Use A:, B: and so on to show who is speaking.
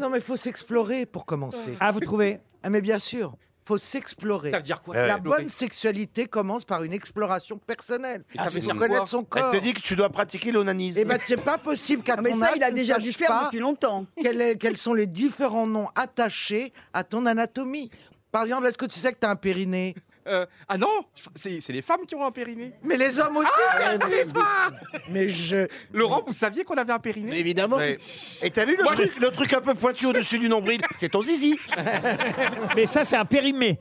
A: Ah, mais il faut s'explorer pour commencer.
B: Ah, vous trouvez
A: Ah, mais bien sûr. Faut s'explorer.
C: Ça veut dire quoi,
A: La
C: s'explorer
A: bonne sexualité commence par une exploration personnelle.
C: Et ça veut
A: c'est
C: dire quoi
A: connaître son corps.
D: Ah, Elle te dit que tu dois pratiquer l'onanisme.
A: Eh ben, c'est pas possible qu'à
E: Ah, mais
A: ton
E: ça,
A: âge,
E: il a
A: tu ne
E: déjà
A: saches
E: dû faire
A: pas
E: depuis longtemps.
A: quel est- quels sont les différents noms attachés à ton anatomie. Par exemple, est-ce que tu sais que t'as un périnée
C: Euh, Ah non C'est c'est les femmes qui ont un périnée.
A: Mais les hommes aussi
C: Ah,
A: c'est un truc. Mais je...
C: Laurent, vous saviez qu'on avait un périnée
F: Évidemment.
D: Ouais. Et t'as vu le
C: Moi,
D: truc, le truc un peu pointu au-dessus du nombril C'est ton zizi.
B: Mais ça, c'est un périmé.